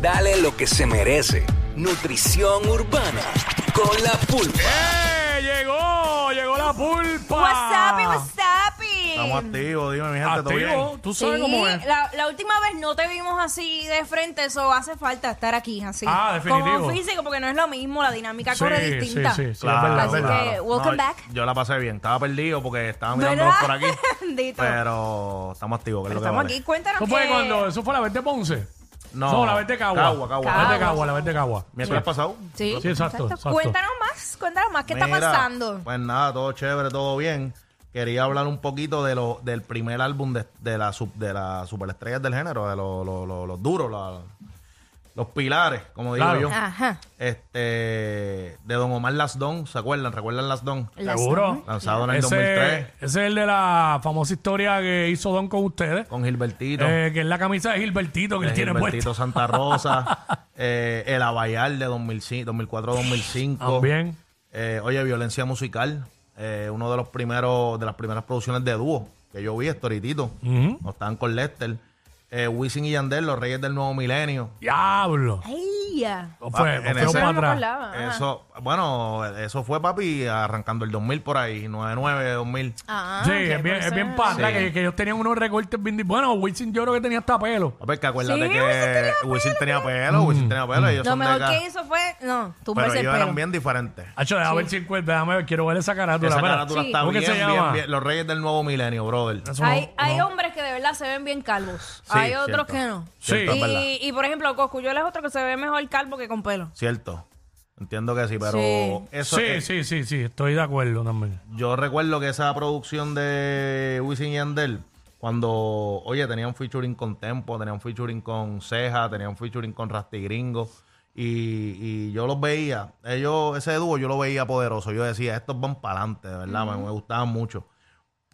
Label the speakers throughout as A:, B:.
A: Dale lo que se merece. Nutrición urbana con la pulpa.
B: ¡Eh! Llegó, llegó la pulpa.
C: What's up, what's up? Em,
D: Estamos activos, dime mi gente, ¿todo
B: Activo,
D: bien?
B: tú
C: Sí,
B: sabes cómo es.
C: la, la última vez no te vimos así de frente, eso hace falta estar aquí así.
B: Ah, definitivo.
C: Como físico, porque no es lo mismo, la dinámica
B: Sí,
C: corre
B: sí,
C: distinta.
B: sí, sí.
C: Así que, Este, welcome
D: No,
C: back.
D: Yo la pasé bien, estaba perdido porque estaba mirando
C: ¿Verdad?
D: por aquí.
C: Bendito.
D: Pero estamos activos, que es
C: Pero
D: lo que
C: estamos
D: vale.
C: aquí, cuéntanos
B: Eso fue
C: qué-
B: cuando, eso fue la vez de Ponce.
D: No,
B: la vez de Cagua.
D: Cagua, Cagua.
B: La vez de
C: Cagua.
B: Cagua, la vez de Cagua.
D: Miércoles pasado.
C: Sí,
B: Sí, exacto, exacto.
C: Cuéntanos más, cuéntanos más, ¿qué está
D: Mira,
C: pasando?
D: Pues nada, todo chévere, todo bien. Quería hablar un poquito de lo, del primer álbum de, de la sub- de las superestrellas del género, de lo- lo- lo- los duros, la- los pilares, como digo
B: Claro.
D: yo.
C: Ajá.
D: Este, de Don Omar Las Don, ¿se acuerdan? ¿Recuerdan Las Don?
C: Las-
B: Seguro.
D: Lanzado en el
B: Ese,
D: 2003
B: ese es el de la famosa historia que hizo Don con ustedes.
D: con Gilbertito.
B: eh, que es la camisa de Gilbertito que él
D: de
B: tiene
D: Gilbertito
B: puesta.
D: Eh, Santa Rosa, eh, El Abayal de 2004-2005.
B: También.
D: Eh, oye, Violencia Musical, eh, uno de los primeros, de las primeras producciones de dúo que yo vi, Estoritito.
B: Ujú.
D: No estaban con Lester. Eh, Wisin y Yandel, Los Reyes del Nuevo Milenio.
B: Diablo.
C: Ay, ya.
B: No fue,
D: Ah,
B: no
D: en
B: fuimos
D: ese-
B: para
C: No me
B: atrás.
C: acordaba, ajá.
D: Eso, bueno, eso fue papi arrancando el 2000 por ahí, 99, 2000.
C: Ah,
B: sí,
C: ok,
B: es bien,
C: por
B: es
C: eso
B: bien para atrás,
D: Sí.
B: que, que ellos tenían unos recortes bien... di- Bueno, Wilson yo creo que tenía hasta pelo.
D: A ver, que acuérdate
C: Sí,
D: que Wisin tenía pelo, Wisin tenía pelo, ellos
C: Lo
D: son de
C: mejor
D: acá.
C: que hizo fue, no,
D: Pero
C: tumbarse el
D: ellos
C: pelo.
D: eran bien diferentes.
B: Hacho, déjame ver 50, déjame ver, quiero ver esa carátula.
D: Esa
B: espera.
D: carátula
C: Sí.
D: está
B: ¿Cómo que
D: bien,
B: se
D: bien,
B: llama?
D: bien. Los Reyes del Nuevo Milenio, brother.
B: Eso no-
C: Hay, hay
B: no-
C: hombres que de verdad se ven bien calvos.
D: Sí,
C: hay otros
D: cierto.
C: que no.
D: Cierto,
B: Sí.
D: es verdad.
C: Y, y por ejemplo, Coscuyola es otro que se ve mejor calvo que con pelo.
D: Cierto. Entiendo que sí, pero
C: Sí.
D: eso
B: sí,
D: es-
B: sí, sí, sí, estoy de acuerdo también.
D: yo recuerdo que esa producción de Wisin y Yandel, cuando, oye, tenían featuring con Tempo, tenían featuring con Ceja, tenían featuring con Rasti Gringo, y, y yo los veía, ellos, ese dúo yo lo veía poderoso, yo decía, estos van para adelante, de verdad, me, me gustaban mucho.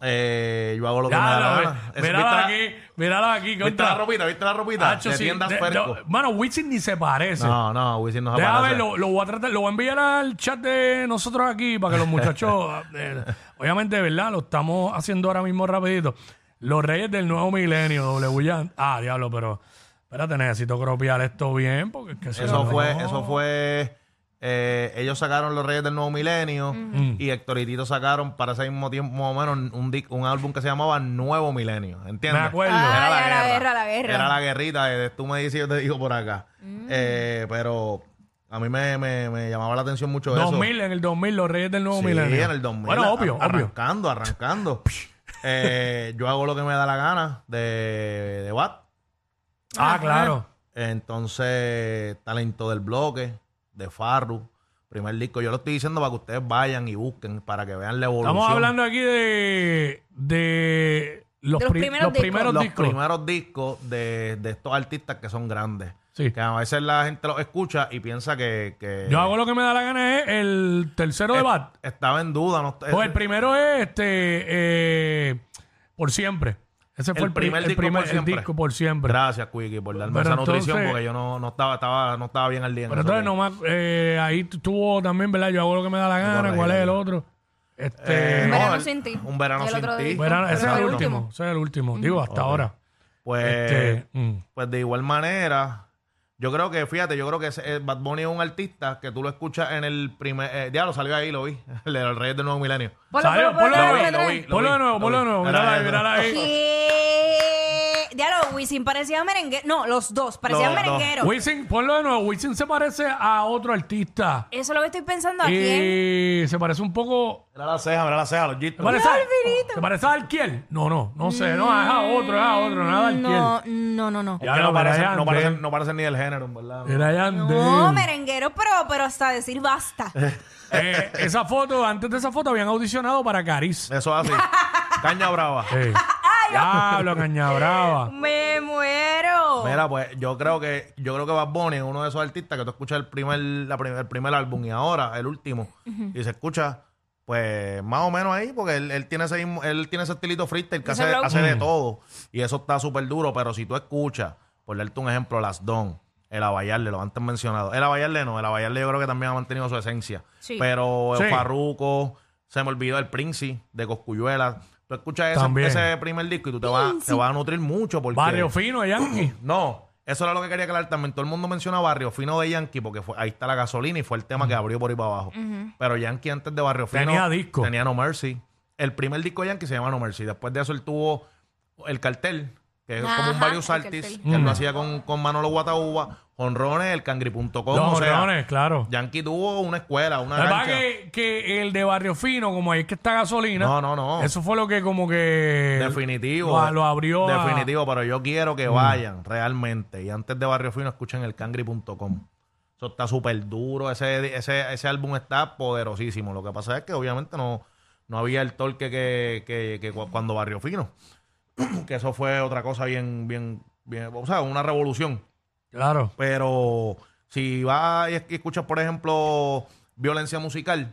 D: Eh, yo hago lo que me da la
B: Míralo,
D: gana.
B: ve-
D: Eso,
B: míralo
D: ¿viste,
B: aquí, míralo aquí.
D: la, ¿Viste
B: contra.
D: la ropita? ¿Viste la ropita?
B: Hacho,
D: de
B: sí,
D: tiendas
B: de-
D: Ferco.
B: de- Mano, Wisin ni se parece.
D: No, no, Wisin no se
B: Déjame ver,
D: parece.
B: lo, lo voy a tratar, lo voy a enviar al chat de nosotros aquí para que los muchachos, eh, obviamente, ¿verdad? Lo estamos haciendo ahora mismo rapidito. Los Reyes del Nuevo Milenio, W. Yan- Ah, diablo, pero espérate, necesito cropiar esto bien porque es que si
D: Eso
B: no-
D: fue, eso fue. eh, ellos sacaron Los Reyes del Nuevo Milenio
B: Mm.
D: y Héctor y Tito sacaron para ese mismo tiempo, más o menos, un, di- un álbum que se llamaba Nuevo Milenio. ¿Entiendes?
B: Me acuerdo.
C: Ah, ya, la guerra, la guerra.
D: Era la guerrita. eh, de tú me dices, yo te digo por acá. Eh, pero a mí me, me- me llamaba la atención mucho eso.
B: 2000, en el 2000, Los Reyes del Nuevo
D: Sí,
B: Milenio.
D: en el 2000.
B: Bueno, obvio,
D: Ar-
B: obvio.
D: Arrancando, arrancando. Eh, yo hago lo que me da la gana de, de Bat.
B: Ah, claro.
D: Entonces, Talento del Bloque, de Farru, primer disco. Yo lo estoy diciendo para que ustedes vayan y busquen, para que vean la evolución.
B: Estamos hablando aquí de, de los,
C: De los
B: pri- los
C: primeros discos.
B: primeros
D: los
B: discos.
D: primeros discos de, de estos artistas que son grandes.
B: Sí.
D: Que a veces la gente los escucha y piensa que, que
B: Yo hago lo que me da la gana, es el tercero
D: Eh,
B: de Bat.
D: estaba en duda. No, eh,
B: Pues el primero es este eh, por siempre. Ese fue el,
D: El primer
B: pri- el
D: disco
B: primer
D: por
B: el
D: siempre.
B: disco por siempre.
D: Gracias, Quickie, por darme
B: Pero
D: esa nutrición,
B: entonces-
D: porque yo no, no, estaba, estaba, no estaba bien al día. en
B: Pero
D: eso
B: entonces
D: que-
B: nomás eh, ahí tu- tuvo también, ¿verdad? Yo hago lo que me da la gana.
D: Correcto.
B: ¿Cuál es el otro? Este,
D: Eh,
C: Un verano
D: el-
C: sin ti.
D: Un verano
C: Y el
D: sin
C: otro
D: ti.
B: bueno,
C: disco.
D: Verano-
B: ese es el
C: el
D: exacto.
B: último.
C: último.
B: Ese es el último. Digo, hasta
D: Ok.
B: ahora.
D: Pues
B: Este, mm.
D: Pues de igual manera, yo creo que, fíjate, yo creo que ese- eh, Bad Bunny es un artista que tú lo escuchas en el primer. Eh, diablo, salió ahí, lo vi. El de los Reyes del Nuevo Milenio.
C: Ponlo,
B: Salió,
C: ponlo,
B: ponlo,
C: ponlo,
B: de
D: lo
C: ponlo.
D: vi, lo
B: Ponlo
D: vi,
B: de nuevo,
D: lo
B: ponlo de
D: vi.
B: nuevo.
D: Era
B: Mírala ahí,
D: eso.
B: mírala ahí.
C: ¿Qué? Diablo, Wisin parecía merengue. No, los dos, parecían
D: Los dos.
C: merengueros.
B: Wisin, ponlo de nuevo. Wisin se parece a otro artista.
C: Eso es lo que estoy pensando. ¿A quién?
B: Y se parece un poco
D: Mira la ceja, mira la ceja, los
B: ¿Te
D: gistos.
B: parece, ¿Te parece a Alquiel? No, no, no sé, no, es a otro, es a otro, nada Alquiel.
C: Mm, No, no, no, no.
D: Es
B: Ya
D: que no,
B: lo verá
D: parecen, no,
B: Yandel.
D: parecen, no parecen ni del género, en verdad.
B: Era Yandel.
C: No, merengueros, pero, pero hasta decir basta.
B: Eh, esa foto, antes de esa foto habían audicionado para Cariz.
D: Eso es así. Caña brava.
B: Eh. Diablo, Cañabrava.
C: Me muero.
D: Mira, pues yo creo que yo creo que Bad Bunny es uno de esos artistas que tú escuchas el primer, la prim- el primer álbum y ahora el último y se escucha pues más o menos ahí porque él, él tiene ese mismo- él tiene ese estilito freestyle que
C: Ese
D: hace,
C: flow.
D: hace de todo y eso está súper duro pero si tú escuchas por darte un ejemplo Las Don el Abayarle lo antes mencionado el Abayarle no el Abayarle yo creo que también ha mantenido su esencia
C: Sí.
D: pero
B: Sí.
D: el Farruco se me olvidó el Princi de Coscuyuela tú escuchas
B: También.
D: ese, ese primer disco y tú te vas, te vas a nutrir mucho porque
B: Barrio Fino, Yankee.
D: no, Eso era lo que quería aclarar también. Todo el mundo menciona Barrio Fino de Yankee porque fue, ahí está la gasolina y fue el tema que abrió por ahí para abajo. Pero Yankee antes de Barrio Fino
B: Tenía disco.
D: tenía No Mercy. El primer disco de Yankee se llama No Mercy. Después de eso él tuvo el cartel, que es como un
C: Ajá,
D: varios
C: el
D: artists,
C: cartel.
D: que él lo hacía con, con Manolo Guatauba, Jonrones, el cangri.com.
B: Los
D: o sea,
B: honrones, claro.
D: Yankee tuvo una escuela, una
B: La verdad
D: cancha.
B: que, que el de Barrio Fino, como ahí es que está gasolina.
D: No, no, no.
B: Eso fue lo que como que...
D: Definitivo.
B: Lo, lo abrió a- Mm.
D: Definitivo, pero yo quiero que vayan realmente. Y antes de Barrio Fino, escuchen el cangri.com. Eso está súper duro. Ese, ese, ese álbum está poderosísimo. Lo que pasa es que obviamente no, no había el torque que, que- que cu- cuando Barrio Fino. que eso fue otra cosa bien, bien, bien. O sea, una revolución.
B: Claro.
D: Pero si vas y es- y escuchas, por ejemplo, violencia musical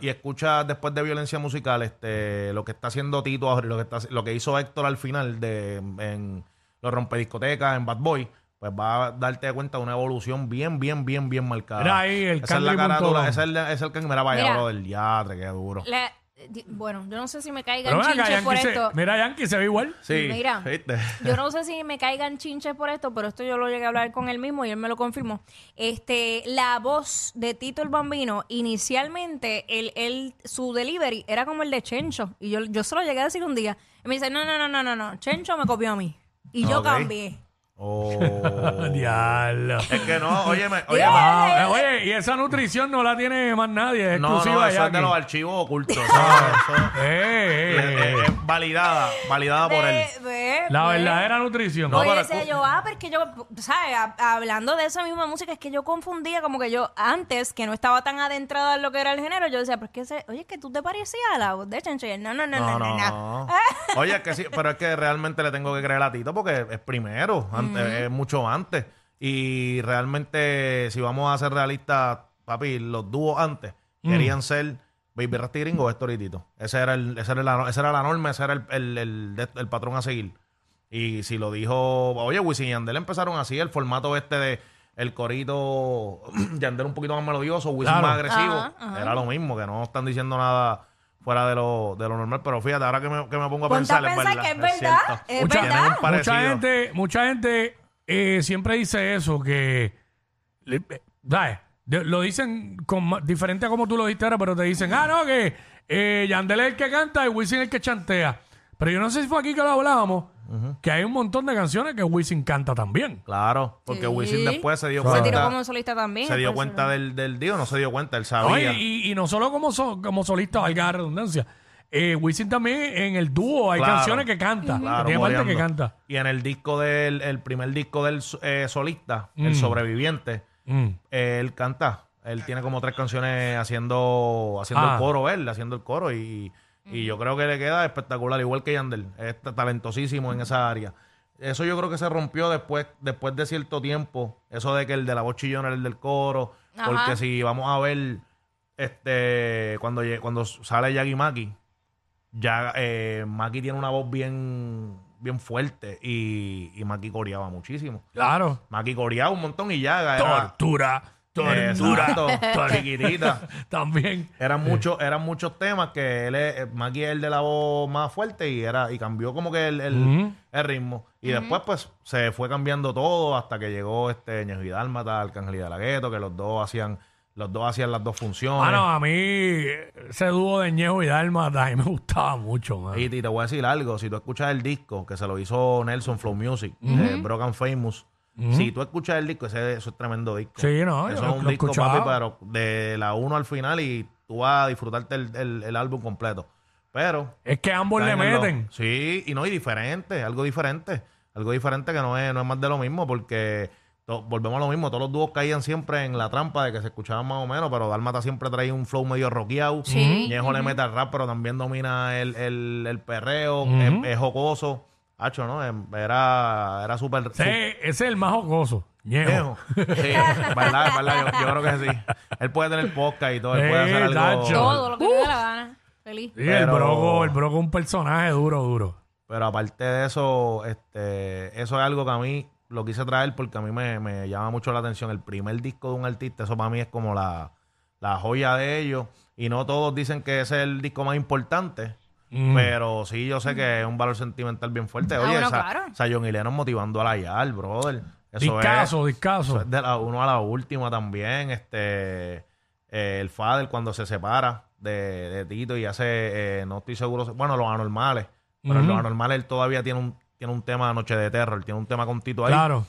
D: y escuchas después de violencia musical este lo que está haciendo Tito ahora y lo que, está, lo que hizo Héctor al final de, en los rompediscotecas, en Bad Boy, pues va a darte cuenta de una evolución bien, bien, bien, bien marcada.
B: Mira ahí, el
D: Esa es
B: Cangri.com.
D: la carátula, ese es el, ese es el que mira, vaya,
C: Mira.
D: bro, del diatre, qué duro.
C: La- di- bueno, yo no sé si me
B: Pero
C: caigan
B: ven acá,
C: chinches por
B: Yankee se-
C: esto.
B: mira, Yankee se ve igual.
D: Sí,
C: Mira.
D: ¿viste?
C: Yo no sé si me caigan chinches por esto, pero esto yo lo llegué a hablar con él mismo y él me lo confirmó. Este, la voz de Tito el Bambino, inicialmente, él, él- su delivery era como el de Chencho. Y yo, yo se lo llegué a decir un día. Y me dice, no, no, no, no, no, no. Chencho me copió a mí. Y yo
D: Ok.
C: cambié.
D: Oh.
B: Diablo.
D: es que no, óyeme, óyeme.
B: Ah, eh, oye, y esa nutrición no la tiene más nadie, es
D: No,
B: exclusiva
D: no,
B: de
D: eso es de los
B: Yankee.
D: archivos ocultos. ¿sabes? Eso-
B: Eh, eh, eh.
D: Eh, eh, validada, validada Ah, por él.
C: Ve- ve,
B: La
C: ve.
B: verdadera nutrición.
D: eh. No,
C: Pues, Oye,
D: pero-
C: decía yo, ah, porque yo, ¿sabes? A- Hablando de esa misma música, es que yo confundía como que yo antes, que no estaba tan adentrada en lo que era el género, yo decía, pero es que, ese- oye, es que tú te parecías a la voz de Chencho. Y él, no, no, no, no, no, no.
D: Oye, es que sí, pero es que realmente le tengo que creer a Tito porque es primero, antes- es mucho antes. Y realmente, si vamos a ser realistas, papi, los dúos antes
C: Mm.
D: querían ser Baby Rasta y Gringo, Héctor y Tito. Ese era, el, ese era la, esa era la norma, ese era el, el- el- de- el patrón a seguir. Y si lo dijo, oye, Wisin y Yandel empezaron así, el formato este de el corito, Yandel un poquito más melodioso, Wisin
B: Claro.
D: más agresivo,
C: Ajá, ajá.
D: era lo mismo, que no están diciendo nada fuera de lo, de lo normal, pero fíjate, ahora que me, que me pongo a
C: Ponte a
D: pensar, es
C: pensar
D: verdad.
C: que es verdad,
D: cierto.
C: es
D: Mucha-
C: verdad.
D: tienen un parecido.
B: Mucha gente, mucha gente eh, siempre dice eso, que le- eh, ¿sabes? De- lo dicen con, ma- diferente a como tú lo dijiste ahora, pero te dicen, ah, no, que eh, Yandel es el que canta y Wisin es el que chantea. Pero yo no sé si fue aquí que lo hablábamos, que hay un montón de canciones que Wisin canta también.
D: Claro, porque
C: Sí.
D: Wisin después se dio
C: Se tiró
D: cuenta.
C: como solista también.
D: Ah, Se dio
C: por eso
D: cuenta
C: no.
D: del, del Dios, no se dio cuenta, él
B: No,
D: sabía.
B: y, y- y no solo como, so- como solista, valga la redundancia. Eh, Wisin también en el dúo hay
D: Claro.
B: canciones que canta.
D: Claro,
B: tiene parte que
D: Moreando.
B: canta.
D: Y en el disco del, el primer disco del eh, solista, El Sobreviviente,
B: Mm.
D: él canta. Él tiene como tres canciones haciendo, haciendo
B: Ah.
D: el coro, él, haciendo el coro. Y, y yo creo que le queda espectacular, igual que Yandel. Es ta- talentosísimo en esa área. Eso yo creo que se rompió después, después de cierto tiempo. Eso de que el de la voz chillona era el del coro.
C: Ajá.
D: Porque si vamos a ver, este, cuando, lle- cuando sale Yagi Maki, ya eh, Maki tiene una voz bien, bien fuerte. Y, y Maki coreaba muchísimo.
B: Claro.
D: Maki coreaba un montón y Yaga era...
B: Tortura. Tortura.
D: Exacto, chiquitita.
B: También.
D: Eran muchos, eran muchos temas que él es, eh, Maki es el de la voz más fuerte y era, y cambió como que el, el-
B: Ujú.
D: el ritmo. Y después, pues, se fue cambiando todo hasta que llegó este Ñejo y Dálmata, Arcángel y de la Gueto, que los dos hacían, los dos hacían las dos funciones.
B: Ah, no, a mí ese dúo de Ñejo y Dalma a mí me gustaba mucho, man.
D: Y, y te voy a decir algo, si tú escuchas el disco que se lo hizo Nelson Flow Music, de Broken Famous, si tú escuchas el disco, ese, eso es tremendo disco.
B: Sí, no,
D: eso
B: yo
D: es un
B: lo he
D: disco
B: escuchado.
D: papi, pero de la 1 al final y tú vas a disfrutarte el, el- el álbum completo. Pero...
B: Es que ambos le
D: Tráiganlo.
B: meten.
D: Sí, y no, y diferente, algo diferente. Algo diferente que no es, no es más de lo mismo, porque to- volvemos a lo mismo. Todos los dúos caían siempre en la trampa de que se escuchaban más o menos, pero Dalmata siempre traía un flow medio rockeado.
C: Sí.
D: Ñejo le mete al rap, pero también domina el, el- el perreo, es, es jocoso. Hacho, ¿no? Em, Era, era súper.
B: Sí, ese es el más jocoso. Ñejo.
D: Ñejo. Sí, verdad, verdad, yo, yo creo que sí. Él puede tener podcast y todo, él puede
B: Sí,
D: hacer algo.
B: tacho.
C: Todo lo que te dé la gana. Feliz.
B: Sí, el
D: Pero-
B: broco, el broco es un personaje duro, duro.
D: Pero aparte de eso, este, eso es algo que a mí lo quise traer porque a mí me, me llama mucho la atención. El primer disco de un artista, eso para mí es como la, la joya de ellos. Y no todos dicen que ese es el disco más importante.
B: Mm.
D: Pero sí, yo sé que es un valor sentimental bien fuerte. Oye,
C: Ah, bueno,
D: esa-
C: claro.
D: Zion y Lennon motivando a la Yal, brother. Eso
B: Discaso,
D: Eso
B: discaso.
D: es de la uno a la última también. Este, eh, el Fader cuando se separa de, de Tito y hace, eh, no estoy seguro, bueno, los anormales. Pero en
B: Ujú.
D: los anormales él todavía tiene un, tiene un tema Noche de Terror, tiene un tema con Tito ahí. Eh,
B: Claro.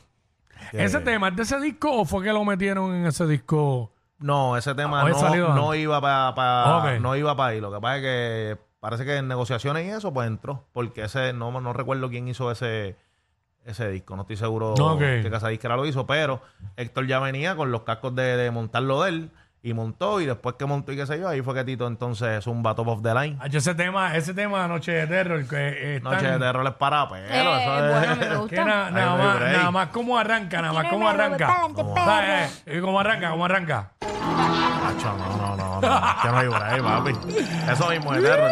D: que-
B: ¿Ese tema es de ese disco o fue que lo metieron en ese disco?
D: No, ese tema
B: Hoy
D: no,
B: salió,
D: no
B: ¿no?
D: iba para
B: Ok.
D: no iba para ahí. Lo que pasa es que parece que en negociaciones y eso pues entró, porque ese no, no recuerdo quién hizo ese ese disco, no estoy seguro
B: Ok.
D: que casa disquera lo hizo, pero Héctor ya venía con los cascos de, de montarlo de él y montó y después que montó y qué sé yo, ahí fue que Tito entonces es un battle of the line.
B: Ah, yo ese tema, ese tema Noche de Terror, que eh, es tan-
D: Noche de terror es para pero
C: Eh,
D: eso es-
C: bueno, me
B: que
C: gusta.
B: na- nada,
D: Ahí no hay
B: más,
D: break.
B: nada más cómo arranca, nada más
C: Tiene
B: cómo
C: una
B: arranca.
C: rebotante,
B: O sea, eh, ¿Y cómo arranca? ¿Cómo arranca?
D: Acho, no, no, no, no, que no hay por ahí, papi. Eso mismo es terror.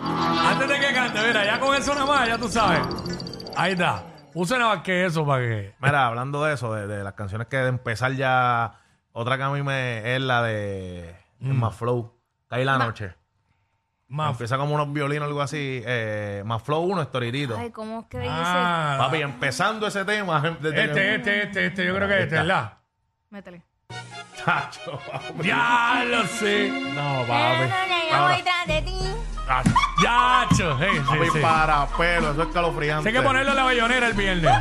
B: Antes de que cante, mira, ya con eso nada más, ya tú sabes. Ahí está. Puse nada más que eso para que.
D: Mira, hablando de eso, de, de las canciones que de empezar ya, otra que a mí me es la de
B: Mm.
D: Más Flow, Cae la noche.
B: Más.
D: Empieza como unos violines o algo así, eh, Más Flow 1, Storirito.
C: Ay, ¿cómo es que dice?
B: Ah,
D: Papi, empezando ese tema. desde
B: este,
D: que-
B: este, este, este, yo creo que
D: Ahí
B: este
D: está.
B: es la.
C: Métele.
D: Tacho, papi.
B: Ya lo sé. Ah,
D: No,
C: No,
D: papi.
C: no, yo voy
D: Ahora,
C: tras de ti.
D: tacho,
B: Ya, cho. Hey,
D: papi,
B: sí, sí.
D: para pelo, eso es calofriante.
B: Hay que ponerle la bayonera el viernes.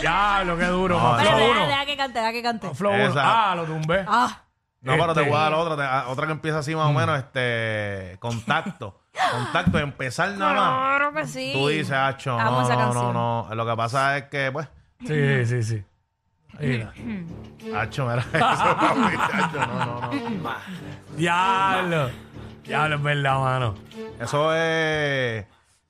B: Diablo, qué duro.
D: No,
B: más
C: Pero
D: no.
B: flow
C: deja,
B: uno.
C: deja que cante, deja que cante.
B: Más flow uno.
D: Esa.
B: Ah, lo tumbé.
C: Ah,
D: No, pero te
B: Este. Mm.
D: voy a dar otra, te- a- otra que empieza así más o menos, este, contacto. Contacto, empezar nada más.
C: claro que sí.
D: Tú dices, Acho,
C: Amo
D: no,
C: esa
D: no, no,
C: canción.
D: no. Lo que pasa es que, pues,
B: Sí, sí, sí. Mira.
D: Acho, mira eso, papi. Acho, no, no, no.
B: Diablo. Diablo, es verdad, mano.
D: Eso es.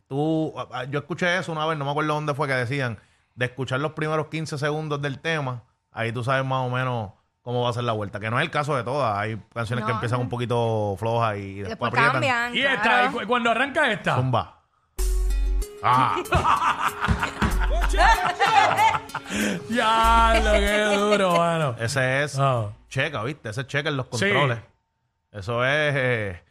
D: Tú, a- a- yo escuché eso una vez, no me acuerdo dónde fue que decían, de escuchar los primeros 15 segundos del tema, ahí tú sabes más o menos cómo va a ser la vuelta. Que no es el caso de todas. Hay canciones que
C: No,
D: empiezan
C: no.
D: un poquito flojas y después,
C: Después
D: aprietan.
C: cambian.
B: Y
C: claro.
B: esta, y cu- cuando arranca esta.
D: Zumba. Ah,
B: Diablo, qué duro, mano.
D: ese es
B: Ah.
D: checa, ¿viste? Ese es checa en los
B: Sí.
D: controles. Eso es. eh,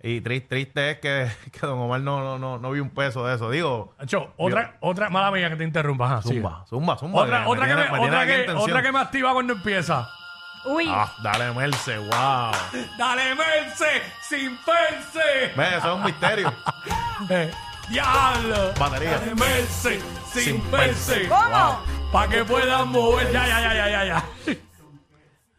D: y tri- triste es que, que Don Omar no, no, no, no vio un peso de eso. Digo,
B: Acho, otra, otra, mala mía que te interrumpa. ajá, sigue.
D: zumba, zumba, zumba.
B: Otra, otra, que
D: tiene-
B: me,
D: tiene
B: otra,
D: aquí en
B: que,
D: tensión.
B: otra que me activa cuando empieza.
C: Uy,
D: Ah, dale, Merce, wow.
B: Dale, Merce, sin perse.
D: Ve, eso es un misterio.
B: Eh, Diablo.
D: Batería.
B: Dale, Merce, sin
D: Sin
B: perse.
D: perse.
C: ¿cómo?
B: Para que puedan mover. Ya, ya, ya, ya, ya, ya.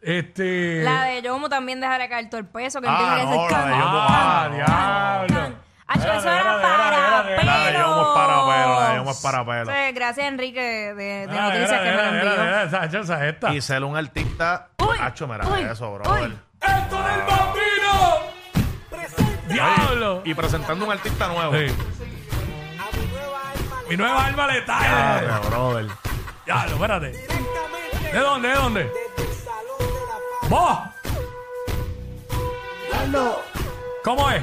B: Este.
C: La de Yomo también dejará caer todo el peso, que
D: Ah,
C: empieza a
D: no,
C: hacer
D: la de Yomo,
B: Ah,
D: Tan,
B: diablo.
C: Ah, yo, eso
B: Espérate,
C: era
B: espérate,
C: para
B: espérate,
C: pelos.
B: espérate.
D: La de Yomo es para pelo, la de Yomo es para pelo.
C: Sí, gracias, Enrique, de, de
B: Era,
C: noticias
B: era,
C: que me lo
B: era,
C: envió.
B: era, esa, esa, esa, esta.
D: Y ser un artista.
C: Uy,
D: Hacho, mira
C: uy,
D: eso, brother.
C: uy.
B: ¡Esto del bambino! ¡Diablo!
D: Y presentando un artista nuevo.
B: Sí. Mi nueva alma letal.
D: Claro, brother.
B: Diablo, espérate. ¿De dónde? ¿De dónde? ¡Vos! ¿Cómo es?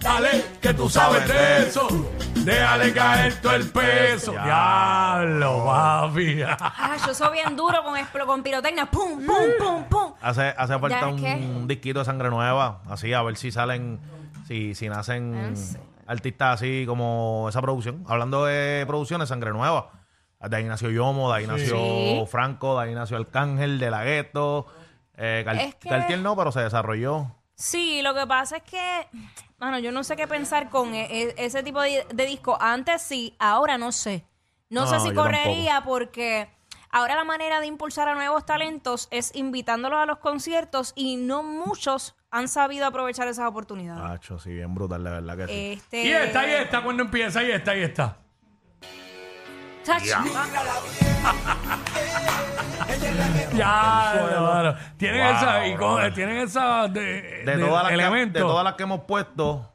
B: Dale, que tú sabes de eso. Déjale caer todo el peso. Diablo, papi.
C: Ah, yo soy bien duro con, explo- con pirotecnia. ¡Pum, pum, pum, pum!
D: Hace, hace falta
C: Ya,
D: un,
C: ¿qué?
D: disquito de sangre nueva, así, a ver si salen, si, si nacen
C: No sé.
D: artistas así como esa producción. Hablando de producciones, sangre nueva. De ahí nació Yomo, de ahí nació
C: Sí.
D: Franco, de ahí nació Arcángel, de la Gueto. Eh, Gal-
C: Es que-
D: Galtier no, pero se desarrolló.
C: Sí, lo que pasa es que, mano, yo no sé qué pensar con e- e- ese tipo de, de disco. Antes sí, ahora no sé. No,
D: No,
C: sé si
D: yo
C: correría porque ahora la manera de impulsar a nuevos talentos es invitándolos a los conciertos y no muchos han sabido aprovechar esas oportunidades.
D: Hacho, sí, bien brutal, la verdad que sí.
C: Este,
B: Y esta, y esta, cuando empieza, y esta, y esta.
C: Chacho,
B: Ya, hermano. Tienen
D: Wow,
B: esa, y con-
D: brother.
B: tienen esa de,
D: De,
B: de
D: todas las que, de
B: elementos.
D: todas las que hemos puesto,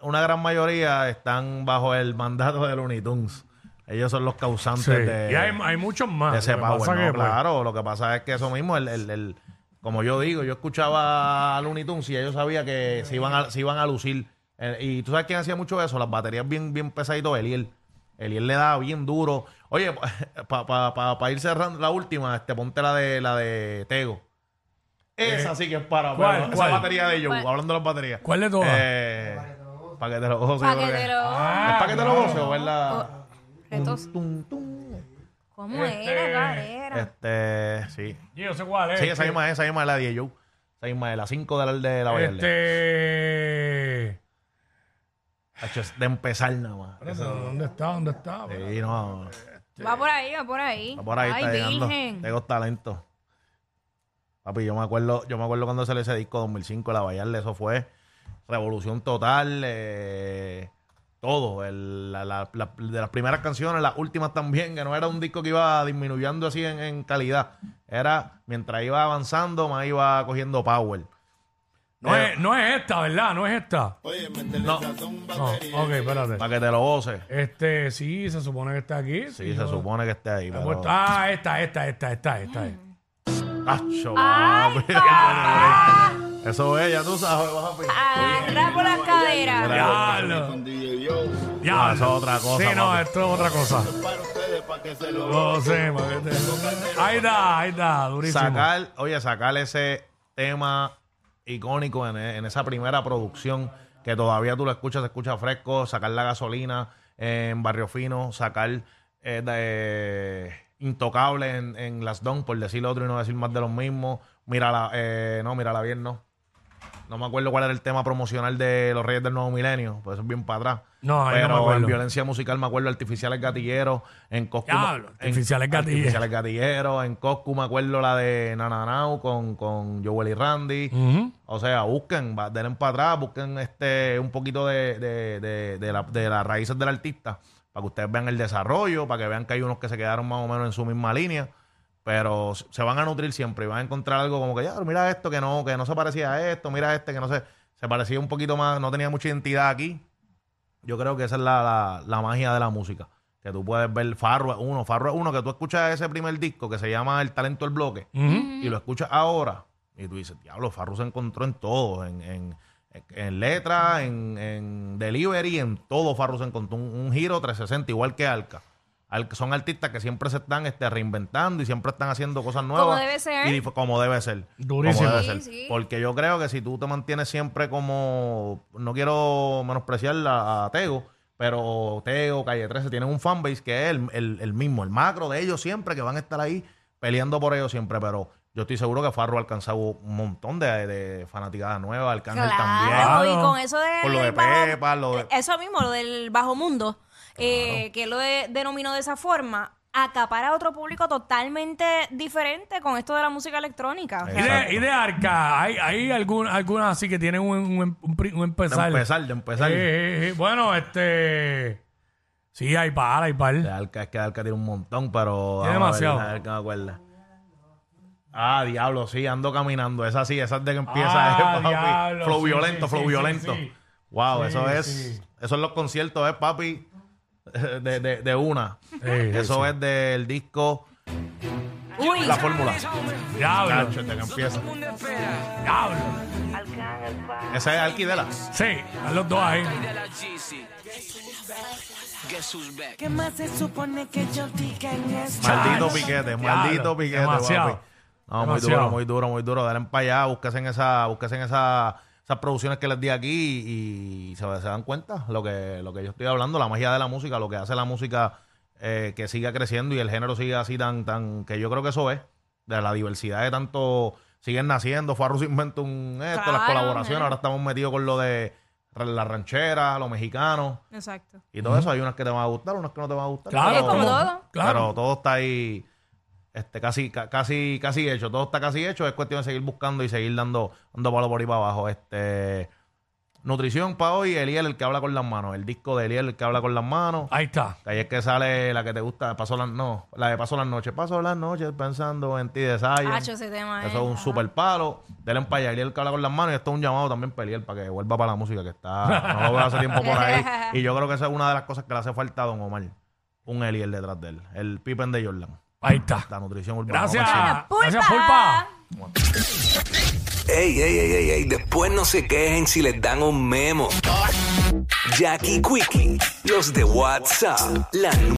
D: una gran mayoría están bajo el mandato de Looney Tunes. Ellos son los causantes
B: Sí.
D: de...
B: Y hay, hay muchos más.
D: de ese
B: Ah, Lo que pasa
D: power,
B: que,
D: no,
B: pues,
D: claro. Lo que pasa es que eso mismo, el, el- el- como yo digo, yo escuchaba a Looney Tunes y yo sabía que se iban a, se iban a lucir. Eh, y tú sabes quién hacía mucho eso, las baterías bien, bien pesaditos, Eliel. Eliel le daba bien duro. Oye, para ir cerrando la última, este, ponte la de la de Tego. Esa sí que es para
B: Eh, ¿cuál,
D: bueno,
B: cuál?
D: esa batería de ellos,
C: ¿Cuál?
D: hablando de las baterías.
B: ¿Cuál de todas?
D: Eh, para que te lo goces, yo creo que-
C: paquetero.
D: ¿Es para que te lo goces o es la-
C: Secretos.
D: Tum, tum, tum.
C: ¿Cómo era? ¿Cuál era?
D: Este, sí.
B: Yo sé cuál es.
D: Sí, esa misma es, esa misma es la 10 Joe. Esa misma es la 5 de la de la Valladolid.
B: Este.
D: Hacho, es De empezar nada más.
B: ¿Dónde está? ¿Dónde está?
D: Sí, no.
C: Va por ahí, va por ahí.
D: Está por ahí,
C: Ay,
D: está llegando.
C: virgen.
D: Tengo talento. Papi, yo me acuerdo, yo me acuerdo cuando salió ese disco 2005, La Vallarle, eso fue revolución total, eh, todo, el- la- la- la- de las primeras canciones, las últimas también, que no era un disco que iba disminuyendo así en, en calidad, era mientras iba avanzando, más iba cogiendo power.
B: No es, no es esta, ¿verdad? No es esta.
D: Eh, No,
B: No, ok, espérate.
D: para que te lo goces.
B: Este, sí, se supone que está aquí.
D: Sí, se supone que esté ahí.
B: Me he
D: Pero...
B: puesto- Ah, esta, esta, esta, esta, esta. esta.
D: Acho, papi. Eso es, ya tú sabes, papi.
C: Ah. Agarra por las caderas.
B: Diablo.
D: Ah,
B: Diablo.
D: eso es otra cosa.
B: Sí, no,
D: papi.
B: esto es otra cosa. No sé, pa' que te- Ahí está, ahí está, durísimo.
D: sacar, oye, sacar ese tema icónico en, en esa primera producción que todavía tú lo escuchas, se escucha fresco, sacar la gasolina en Barrio Fino, sacar eh, de- Intocable en, en Las Don, por decir otro y no decir más de los mismos. Mírala, eh, no, mírala bien, no. No me acuerdo cuál era el tema promocional de Los Reyes del Nuevo Milenio, pues eso es bien para atrás.
B: No, ahí no
D: Pero
B: me acuerdo.
D: en violencia musical me acuerdo Artificiales Gatilleros, en Coscu.
B: Diablo,
D: en-
B: Artificiales Gatilleros.
D: Artificiales el gatillero, en Coscu me acuerdo la de Nananau con, con Joel y Randy.
B: Ujú.
D: O sea, busquen, va- denle para atrás, busquen este un poquito de, de, de- de la- de las raíces del artista para que ustedes vean el desarrollo, para que vean que hay unos que se quedaron más o menos en su misma línea, pero s- se van a nutrir siempre y van a encontrar algo como que ya, pero mira esto que no que no se parecía a esto, mira este que no se se parecía un poquito más, no tenía mucha identidad aquí. Yo creo que esa es la, la- la magia de la música. Que tú puedes ver Farro es uno, Farro es uno, que tú escuchas ese primer disco que se llama El Talento del Bloque
B: Ujú.
D: y lo escuchas ahora y tú dices, diablo, Farro se encontró en todo, en, en, en letra, en, en delivery, en todo Farro se encontró un, un giro 360, igual que Alca. Al- son artistas que siempre se están este, reinventando y siempre están haciendo cosas nuevas.
C: debe ser.
D: Y dif- como debe ser.
B: Durísimo.
D: Como debe
C: Sí,
D: ser.
C: sí.
D: Porque yo creo que si tú te mantienes siempre como, no quiero menospreciar a, a Tego, pero Tego, Calle 13 tienen un fanbase que es el, el- el mismo, el macro de ellos siempre, que van a estar ahí peleando por ellos siempre, pero yo estoy seguro que Farro ha alcanzado un montón de, de fanaticadas nuevas, Arcángel también.
C: Claro, Eh, y con eso de.
D: Por lo de
C: bajo-
D: Pepa, lo de-
C: Eso mismo, lo del bajo mundo, eh, que lo de- denominó de esa forma, acapara a otro público totalmente diferente con esto de la música electrónica. O
B: Y
C: sea,
B: de, y de Arca, hay, hay algún- algunas así que tienen un, un, un pri- un
D: De
B: empezar.
D: empezar, de empezar.
B: Eh, eh, eh, Bueno, este. Sí, hay par, hay par.
D: De Alca, es que Alca tiene un montón, pero.
B: Tiene
D: vamos a ver,
B: demasiado.
D: a ver qué me acuerda. Ah, diablo, sí, ando caminando. Esa sí, esa es de que empieza.
B: Ah,
D: eh, papi.
B: diablo,
D: flow
B: sí,
D: violento,
B: sí,
D: flow
B: sí,
D: violento.
B: sí, sí.
D: Wow,
B: Sí,
D: eso es.
B: sí.
D: Eso es los conciertos, ¿eh, papi? De, de, de una.
B: Sí, sí,
D: eso
B: sí.
D: es del disco
C: uy,
D: La Fórmula.
B: Diablo,
D: Cacho, de que empieza.
B: diablo.
D: Esa es Alquidela.
B: Sí, están los dos ahí.
E: ¿Qué más se supone que yo diga en esto?
D: Maldito
B: Chacho,
D: piquete,
B: diablo,
D: maldito piquete,
B: demasiado,
D: papi. No,
B: demasiado.
D: muy duro, muy duro, muy duro. Dale para allá, búsquense en, esa, búsquense en esa, esas producciones que les di aquí y, y se, se dan cuenta lo que, lo que yo estoy hablando, la magia de la música, lo que hace la música eh, que siga creciendo y el género siga así tan, tan, que yo creo que eso es, de la diversidad de tanto, siguen naciendo, Farru se inventa un esto, las
C: Claro,
D: colaboraciones,
C: man.
D: ahora estamos metidos con lo de la ranchera, los mexicanos
C: Exacto.
D: y todo eso, hay unas que te van a gustar, unas que no te van a gustar.
B: Claro,
C: Oye,
D: pero-
C: como todo.
B: Claro.
D: pero todo está ahí este, casi, ca- casi, casi hecho. Todo está casi hecho. Es cuestión de seguir buscando y seguir dando, dando palo por ahí para abajo. Este, nutrición para hoy, Eliel, el que habla con las manos. El disco de Eliel, el que habla con las manos.
B: Ahí está.
D: Que ahí es que sale la que te gusta, paso las, no, la de Paso las noches. Paso las noches pensando en ti de Zion.
C: Hacho, ese tema.
D: Eso es un
C: ajá.
D: super palo. Denle para allá, Eliel que habla con las manos. Y esto es un llamado también para Eliel, para que vuelva para la música, que está. No lo veo hace tiempo por ahí. Y yo creo que esa es una de las cosas que le hace falta a Don Omar. Un Eliel detrás de él. El Pippen de Jordan.
B: Ahí está.
D: La nutrición urbana.
B: Gracias.
D: Vamos a ver
C: Pulpa.
B: Gracias, Pulpa.
A: Ey, ey, ey, ey, ey, después no se quejen si les dan un memo. Jackie Quickie, los de WhatsApp, la